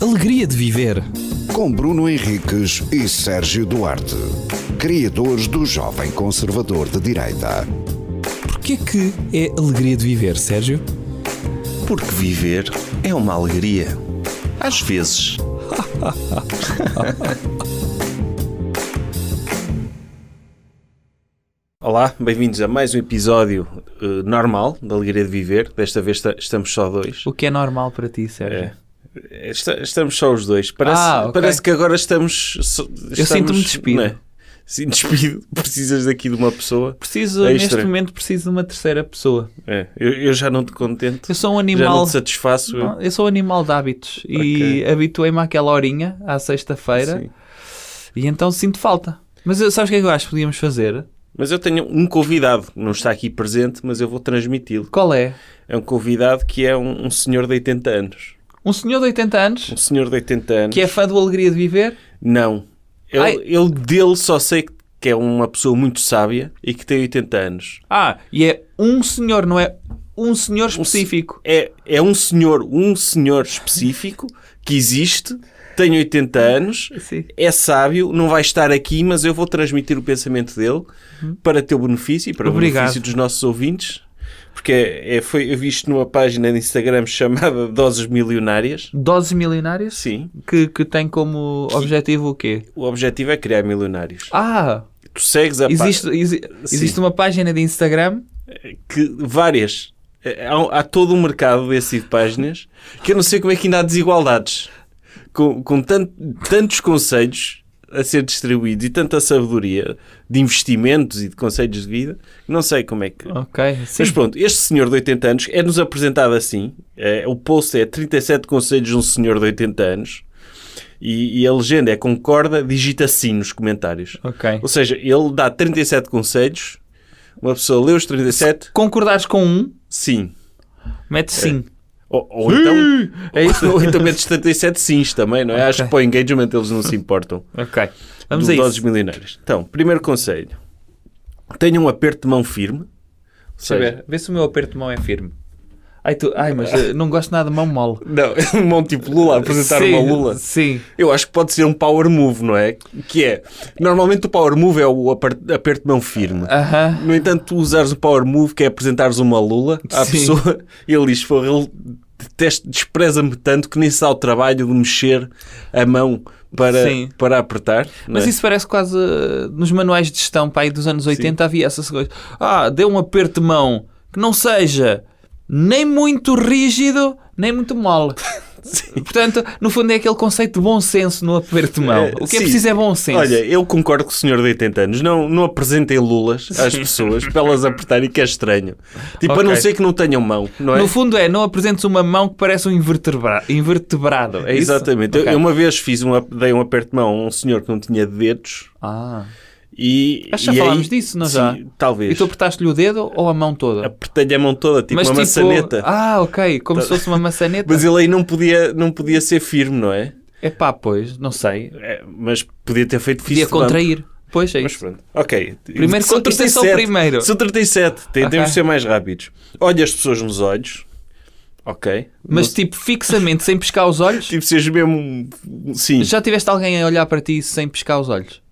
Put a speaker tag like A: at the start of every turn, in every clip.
A: alegria de viver.
B: Com Bruno Henriques e Sérgio Duarte, criadores do Jovem Conservador de Direita.
A: Porquê que é alegria de viver, Sérgio?
C: Porque viver é uma alegria. Às vezes. Olá, bem-vindos a mais um episódio eh, normal da Alegria de Viver. Desta vez esta- estamos só dois.
D: O que é normal para ti, Sérgio?
C: É. Esta- estamos só os dois. Parece,
D: Ah, ok.
C: parece que agora estamos. so- estamos
D: sinto-me despido.
C: não é? Sim, despido. Precisas daqui de uma pessoa.
D: Preciso,
C: É
D: neste
C: estranho.
D: momento, preciso de uma terceira pessoa.
C: É, eu, eu já não te contento.
D: Eu sou um
C: Já não
D: animal.
C: te satisfaço. eu-
D: Não, eu sou um animal de hábitos e
C: Ok.
D: habituei-me àquela horinha, à sexta-feira,
C: Sim.
D: e então sinto falta. Mas eu- sabes o que é que eu acho que podíamos fazer?
C: Mas eu tenho um convidado, não está aqui presente, mas eu vou transmiti-lo.
D: Qual é?
C: É um convidado que é um, um senhor de 80 anos.
D: Um senhor de 80 anos
C: Um senhor de 80 anos.
D: que é fã do Alegria de Viver?
C: Não. Eu,
D: Ai.
C: eu dele só sei que é uma pessoa muito sábia e que tem 80 anos.
D: Ah, e é um senhor, não é um senhor específico.
C: É, é um senhor, um senhor específico que existe, tem 80 anos,
D: Sim.
C: é sábio, não vai estar aqui, mas eu vou transmitir o pensamento dele para teu benefício e para
D: Uhum. Obrigado.
C: o benefício dos nossos ouvintes. Porque é, é- foi, eu vi isto numa página de Instagram chamada Doses Milionárias.
D: Doses milionárias?
C: Sim,
D: Que, que tem como objetivo o quê?
C: o objetivo é criar milionários.
D: Ah,
C: Tu segues a pá-
D: existe, exi- existe uma página de Instagram
C: que várias. Eh, Há, um- há todo um mercado desse tipo de páginas que eu não sei como é que ainda há desigualdades. Com, com tan- tantos conselhos a ser distribuídos e tanta sabedoria de investimentos e de conselhos de vida, não sei como é que.
D: Ok, sim.
C: Mas pronto, este senhor de 80 anos é-nos apresentado assim. eh, o post é 37 conselhos de um senhor de 80 anos. E, e a legenda é concorda, digita sim nos comentários.
D: Ok.
C: Ou seja, ele dá 37 conselhos, uma pessoa lê os 37,
D: Concordares com um,
C: sim.
D: mete sim.
C: Ou, ou então,
D: É isso?
C: ou então metes 37 sims também, não é? Acho que para o engagement eles não se importam.
D: ok. Vamos
C: do
D: a
C: Doses
D: isso.
C: milionárias. Então, primeiro conselho. Tenha um aperto de mão firme. Ou
D: Deixa eu ver. Vê se o meu aperto de mão é firme. Ai, tu... Ai mas eh, não gosto nada de mão mole.
C: Não, um mão tipo Lula, apresentar
D: sim,
C: uma Lula.
D: Sim.
C: Eu acho que pode ser um power move, não é? Que é, normalmente o power move é o aper- aperto de mão firme.
D: Aham.
C: No entanto, tu usares o power move, que é apresentares uma lula à
D: Sim.
C: pessoa, e ele diz, "Porra, ele detesta- despreza-me tanto que nem se dá o trabalho de mexer a mão para,
D: Sim.
C: para apertar. não
D: Mas
C: é?
D: isso parece quase eh, nos manuais de gestão pai dos anos 80 havia essas coisas. Ah, dê um aperto de mão que não seja nem muito rígido, nem muito mole. Portanto, no fundo é aquele conceito de bom senso no aperto de mão.
C: Eh,
D: O que é
C: sim.
D: preciso é bom senso.
C: Olha, eu concordo com o senhor de 80 anos. Não, não apresentem lulas às pessoas para elas apertarem, que é estranho. Tipo, a não
D: Ok.
C: ser que não tenham mão, não é?
D: No fundo é, não apresentes uma mão que parece um invertebra- invertebrado. É isso?
C: Exatamente. Eu-
D: Ok.
C: Eu uma vez fiz um, ap- dei um aperto de mão a um senhor que não tinha dedos
D: Ah.
C: e...
D: Acho que já
C: e aí-
D: falámos disso, não
C: Sim,
D: já?
C: talvez.
D: E tu apertaste-lhe o dedo ou a mão toda?
C: Apertei-lhe a mão toda, tipo É, uma maçaneta. Tá.
D: Ah, ok. Como se fosse uma maçaneta.
C: Mas ele aí não podia, não podia ser firme, não é?
D: É pá, pois, não sei.
C: É, Mas podia ter feito fist
D: Podia
C: bump.
D: contrair. Pois é
C: Mas
D: isso.
C: pronto. Ok.
D: Primeiro
C: São
D: con- isto é só o
C: 37.
D: primeiro.
C: São 37. Tem-
D: Ok.
C: Temos de ser mais rápidos. Olha as pessoas nos olhos. Ok.
D: Mas,
C: Não-
D: tipo, fixamente, sem pescar os olhos.
C: tipo, seja mesmo. um- Sim.
D: Já tiveste alguém a olhar para ti sem pescar os olhos?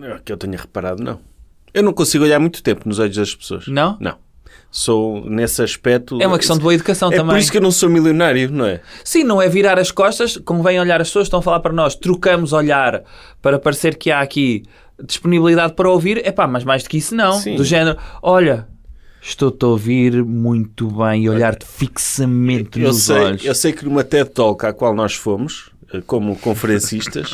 C: É Que eu tenha reparado, não. Eu não consigo olhar muito tempo nos olhos das pessoas.
D: Não?
C: Não. Sou nesse aspecto.
D: É uma questão de boa educação
C: É
D: também.
C: por isso que eu não sou milionário, não é?
D: Sim, não é virar as costas, convém olhar as pessoas, estão a falar para nós, trocamos olhar para parecer que há aqui disponibilidade para ouvir, é pá, mas mais do que isso não,
C: Sim.
D: do género, olha, estou-te a ouvir muito bem e olhar-te fixamente
C: Eu
D: nos
C: sei,
D: olhos.
C: eu sei que numa TED Talk à qual nós fomos, eh, como conferencistas,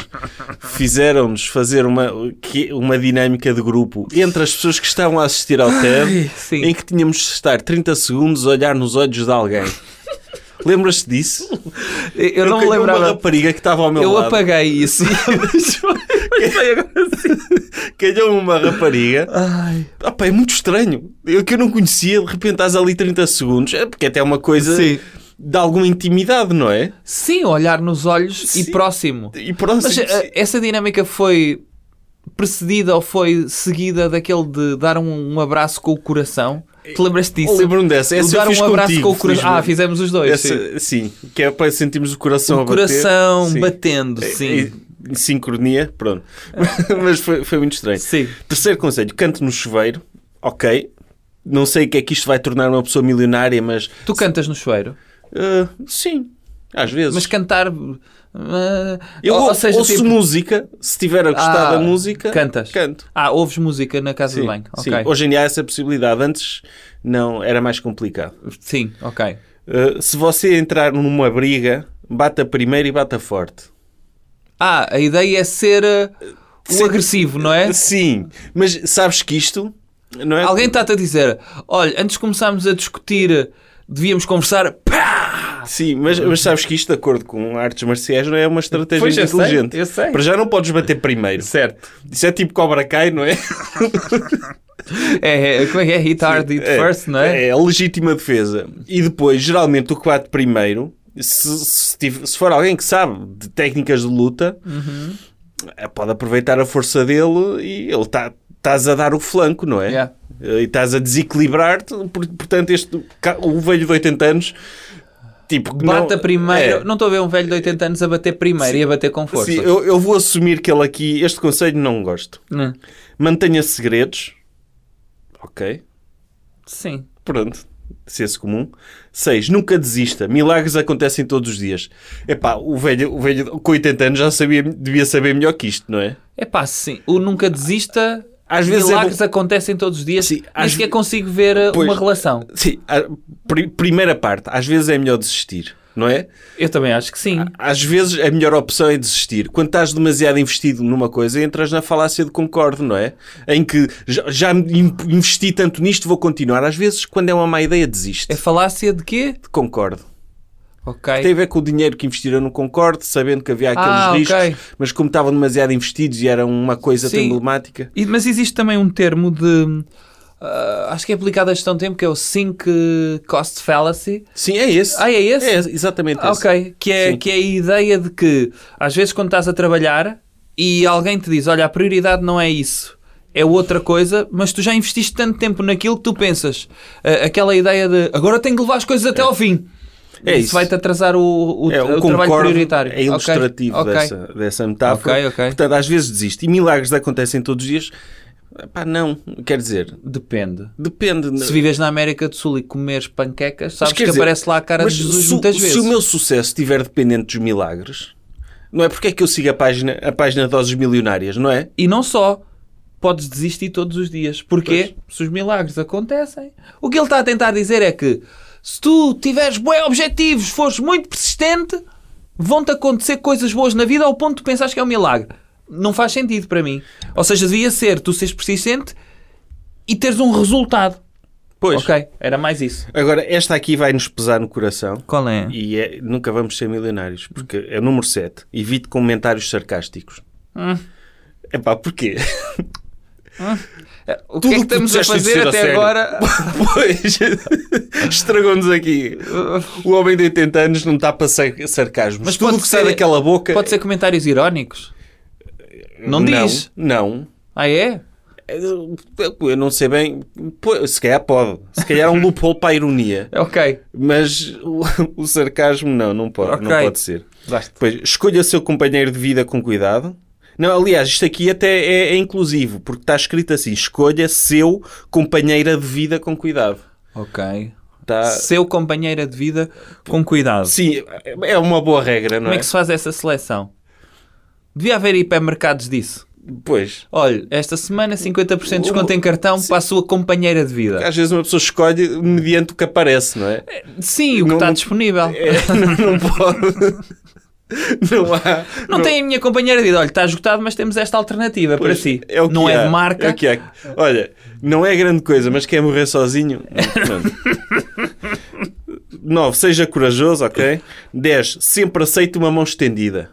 C: fizeram-nos fazer uma, que- uma dinâmica de grupo entre as pessoas que estavam a assistir ao TED,
D: sim.
C: em que tínhamos de estar 30 segundos a olhar nos olhos de alguém. Lembras-te disso?
D: Eu, não me
C: conheci Uma
D: lembrava,
C: rapariga que estava ao meu
D: eu
C: lado.
D: apaguei isso.
C: Calhou uma rapariga.
D: Ai,
C: Ah, pá, é muito estranho. Eu que eu não conhecia, de repente estás ali 30 segundos. É porque até é uma coisa
D: Sim.
C: de alguma intimidade, não é?
D: Sim, olhar nos olhos
C: Sim.
D: e próximo.
C: E pronto.
D: Mas
C: sim,
D: eh, essa dinâmica foi precedida ou foi seguida daquele de dar um, um abraço com o coração? Te lembras-te disso?
C: Lembro-me dessa. Essa
D: O dar
C: eu fiz
D: um abraço
C: contigo,
D: com o coração. Ah,
C: felizmente.
D: fizemos os dois. sim.
C: Essa- sim. que é para sentirmos o coração
D: O
C: a bater.
D: coração
C: Sim.
D: batendo, sim.
C: Em- Em sincronia, pronto. Mas foi, foi muito estranho.
D: Sim.
C: Terceiro conselho, canto no chuveiro, ok. Não sei o que é que isto vai tornar uma pessoa milionária, mas...
D: Tu cantas no chuveiro,
C: ah, sim, às vezes.
D: mas cantar. ah,
C: Eu
D: ou- ou
C: ou,
D: seja,
C: ouço
D: tipo-
C: música, se tiver a gostar
D: Ah,
C: da música,
D: cantas.
C: canto.
D: Ah, ouves música na casa
C: Sim,
D: de banho.
C: sim.
D: Ok.
C: Hoje em dia há essa possibilidade. Antes não, era mais complicado.
D: Sim, ok.
C: Uh, se você entrar numa briga, bata primeiro e bata forte.
D: Ah, a ideia é ser ah, o
C: Sim.
D: agressivo, não é?
C: Sim, mas sabes que isto não é.
D: Alguém está-te a dizer: olha, antes de começarmos a discutir, devíamos conversar. Pá!
C: Sim, mas, mas sabes que isto, de acordo com artes marciais, não é uma estratégia
D: Pois, eu sei,
C: inteligente.
D: eu sei.
C: Para já não podes bater primeiro. Certo. Isso é tipo Cobra Kai, não é?
D: É, é, como é que é? Hit hard, hit first, não é?
C: É a legítima defesa. E depois, geralmente, o que bate primeiro, se, se tive- se for alguém que sabe de técnicas de luta,
D: Uhum.
C: eh, pode aproveitar a força dele e ele está. Estás a dar o flanco, não é?
D: Yeah.
C: Eh, E estás a desequilibrar-te. por- Portanto, este, ca- o velho de 80 anos, tipo... que
D: Bata
C: não-
D: primeiro.
C: é.
D: Não estou a ver um velho de 80 anos a bater primeiro e a bater com força.
C: Sim, eu, eu vou assumir que ele aqui, este conselho, não gosto.
D: Hum,
C: Mantenha segredos. Ok.
D: Sim.
C: Pronto. Senso comum. 6. Nunca desista. Milagres acontecem todos os dias. Epá, o velho, o velho com 80 anos já sabia, devia saber melhor que isto, não é?
D: É pá, sim. O nunca desista.
C: Às vezes é
D: milagres
C: bom-
D: acontecem todos os dias.
C: Sim,
D: Nem
C: às
D: sequer
C: ve-
D: consigo ver uh,
C: Pois.
D: uma relação.
C: Sim. a pri- primeira parte. Às vezes é melhor desistir, não é?
D: Eu também acho que sim.
C: Às vezes a melhor opção é desistir. Quando estás demasiado investido numa coisa, entras na falácia de concordo, não é? Em que já, já me in- investi tanto nisto, vou continuar. Às vezes, quando é uma má ideia, desiste.
D: É falácia de quê?
C: Concordo.
D: Ok.
C: Tem a ver com o dinheiro que investiram no Concorde, sabendo que havia aqueles
D: Ah,
C: riscos,
D: ok.
C: mas como estavam demasiado investidos e era uma coisa
D: Sim.
C: tão emblemática.
D: E- mas existe também um termo de. ah, acho que é aplicado a gestão de tempo, que é o Sink Cost Fallacy.
C: Sim, é esse.
D: Ah, é esse?
C: É exatamente esse.
D: Ok, que é,
C: Sim.
D: que é a ideia de que às vezes quando estás a trabalhar e alguém te diz, olha, a prioridade não é isso, é outra coisa, mas tu já investiste tanto tempo naquilo que tu pensas. Ah, aquela ideia de agora tenho que levar as coisas até ao fim.
C: É isso.
D: vai-te atrasar o, o,
C: É,
D: o trabalho
C: o Concorde
D: prioritário.
C: é ilustrativo
D: Ok, ok.
C: dessa, dessa metáfora.
D: Ok, ok.
C: Portanto, às vezes desiste. E milagres acontecem todos os dias. Pá, não. Quer dizer,
D: Depende.
C: depende.
D: Se vives na América do Sul e comeres panquecas, sabes
C: Mas
D: que
C: quer dizer,
D: aparece lá a cara
C: mas
D: de Jesus
C: se, o-
D: muitas
C: se
D: vezes.
C: o meu sucesso estiver dependente dos milagres, não é porque é que eu sigo a página, a página Doses Milionárias, não é?
D: E não só. Podes desistir todos os dias. Porquê? Se os milagres acontecem. O que ele está a tentar dizer é que se tu tiveres bons objetivos, fores muito persistente, vão-te acontecer coisas boas na vida ao ponto de pensares que é um milagre. Não faz sentido para mim. Ou seja, devia ser tu seres persistente e teres um resultado.
C: Pois.
D: Ok, era mais isso.
C: Agora, esta aqui vai nos pesar no coração.
D: Qual é?
C: E é- nunca vamos ser milionários, porque é o número 7. Evite comentários sarcásticos.
D: Hum.
C: É pá, porquê?
D: O que é que
C: tu
D: estamos a
C: disseste
D: fazer
C: tem de ser a
D: até
C: sério.
D: agora?
C: pois, estragou-nos aqui. O homem de 80 anos não está para sar- sarcasmos. Mas tudo
D: pode
C: que sai
D: ser-
C: daquela boca.
D: Pode ser comentários irónicos? Não, diz.
C: Não.
D: Ah, é?
C: Eu eu não sei bem. Pô, Se calhar pode. Se calhar é um loophole para a ironia.
D: Ok.
C: Mas o, o sarcasmo não, não pode, não
D: Ok.
C: pode ser. Pois, escolha seu companheiro de vida com cuidado. Não, aliás, isto aqui até é, é inclusivo, porque está escrito assim: escolha seu companheira de vida com cuidado.
D: Ok.
C: Está-
D: Seu companheira de vida com cuidado.
C: Ah, Sim, é uma boa regra, não
D: Como é
C: é?
D: que se faz essa seleção? Devia haver hipermercados disso.
C: Pois.
D: Olha, esta semana 50% de desconto em cartão para a sua companheira de vida.
C: Às vezes uma pessoa escolhe mediante o que aparece, não é?
D: Sim, o que
C: Não-
D: está
C: não-
D: disponível.
C: É, não, não pode. Não há.
D: Não tem a minha companheira de vida. Olha, está esgotado, mas temos esta alternativa para
C: Pois,
D: si.
C: é o que
D: não é
C: há,
D: de marca.
C: é o que há. Olha, não é grande coisa, mas quer morrer sozinho? Não. 9. Seja corajoso, ok? 10. Sempre aceito uma mão estendida.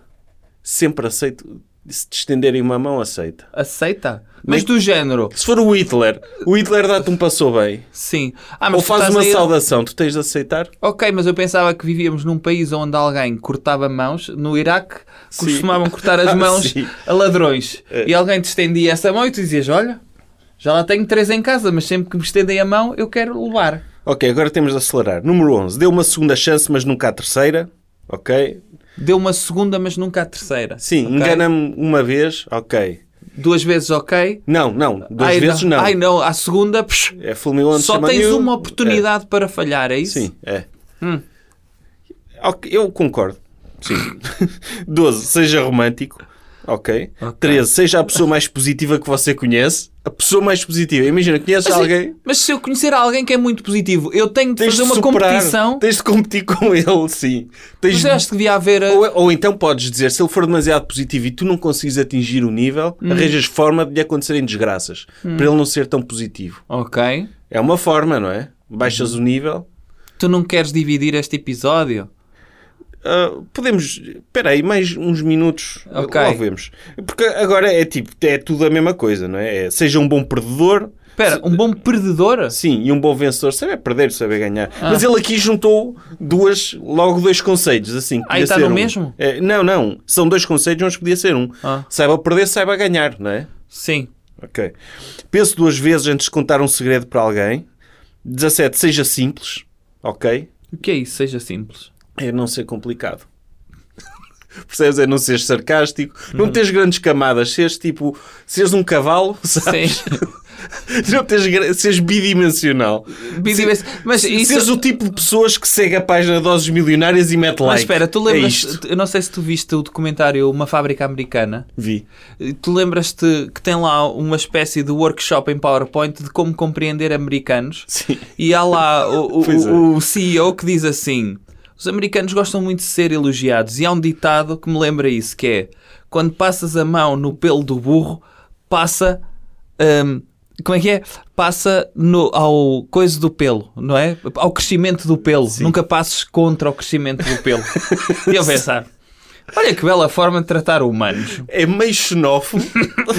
C: Sempre aceito. Se te estenderem uma mão, aceita.
D: Aceita. Mas do género.
C: Se for o Hitler, o Hitler dá-te um passou bem.
D: Sim. Ah, mas
C: Ou
D: tu
C: faz
D: estás
C: uma
D: a ir-
C: saudação, tu tens de aceitar?
D: Ok, mas eu pensava que vivíamos num país onde alguém cortava mãos. No Iraque
C: Sim.
D: costumavam cortar as
C: Ah,
D: mãos
C: sim. É.
D: a ladrões. E alguém te estendia essa mão e tu dizias: Olha, Já lá tenho três em casa, mas sempre que me estendem a mão, eu quero levar.
C: Ok, agora temos de acelerar. Número 11. Deu uma segunda chance, mas nunca a terceira. Ok.
D: Deu uma segunda, mas nunca a terceira.
C: Sim,
D: Ok?
C: engana-me uma vez. Ok.
D: Duas vezes ok.
C: Não, não. Duas
D: Ai,
C: vezes
D: não.
C: não.
D: Ai não, à segunda psh,
C: É fulminante.
D: só tens uma oportunidade para falhar, é isso? Hum.
C: Sim, é. Ok, eu concordo. Sim. 12. Seja romântico. Ok.
D: Ok.
C: 13. Seja a pessoa mais positiva que você conhece. A pessoa mais positiva. Imagina, conheces
D: Mas,
C: alguém.
D: mas se eu conhecer alguém que é muito positivo, eu tenho de
C: Tens
D: fazer
C: de
D: uma
C: superar,
D: competição.
C: Tens de competir com ele, sim. Tens
D: Mas
C: de-
D: eu acho que devia haver. uh,
C: ou, ou então podes dizer, se ele for demasiado positivo e tu não consegues atingir o nível,
D: Hum.
C: arranjas forma de lhe acontecerem desgraças. Para ele não ser tão positivo.
D: Ok.
C: É uma forma, não é? Baixas
D: Uhum.
C: o nível.
D: Tu não queres dividir este episódio?
C: Ah, podemos. Espera aí, mais uns minutos.
D: Ok.
C: Lá vemos. Porque agora é tipo, é tudo a mesma coisa, não é? É, seja um bom perdedor,
D: Espera, um bom perdedor?
C: sim, e um bom vencedor. Saber perder, saber ganhar.
D: Ah.
C: Mas ele aqui juntou duas, logo dois conceitos, assim. que
D: Ah, e
C: podia
D: está
C: ser
D: no
C: um.
D: mesmo?
C: É, não, não. São dois conceitos, mas podia ser um.
D: Ah.
C: Saiba perder, saiba ganhar, não é?
D: Sim.
C: Ok. Pense duas vezes antes de contar um segredo para alguém. 17. Seja simples, ok?
D: O que é isso? Seja simples.
C: é não ser complicado. Percebes? É não seres sarcástico,
D: Uhum.
C: não teres grandes camadas, seres tipo, seres um cavalo,
D: Sim.
C: sabes? Não teres, gra- seres bidimensional.
D: Bidimensi- Mas isso.
C: Seres o tipo de pessoas que segue a página de Doses Milionárias e mete like.
D: Mas espera, tu
C: É
D: lembras.
C: isto.
D: eu não sei se tu viste o documentário Uma Fábrica Americana.
C: Vi.
D: Tu lembras-te que tem lá uma espécie de workshop em PowerPoint de como compreender americanos?
C: Sim.
D: E há lá o, o-
C: Pois é.
D: o CEO que diz assim: os americanos gostam muito de ser elogiados, e há um ditado que me lembra isso: que é quando passas a mão no pelo do burro, passa. hum, como é que é? Passa no, ao coisa do pelo, não é? Ao crescimento do pelo. Nunca passes contra o crescimento do pelo. e eu pensar, olha que bela forma de tratar humanos.
C: É meio xenófobo,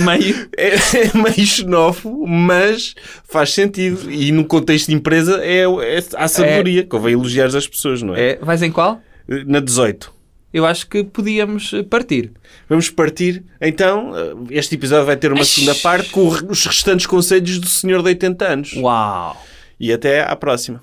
D: Meio.
C: é, é meio xenófobo, mas faz sentido. E no contexto de empresa é, é há sabedoria. Convém elogiar as pessoas, não é?
D: É, vais em qual?
C: Na 18.
D: Eu acho que podíamos eh, partir.
C: Vamos partir, então, eh, este episódio vai ter uma segunda parte com o re- os restantes conselhos do senhor de 80 anos.
D: Uau!
C: E até à próxima.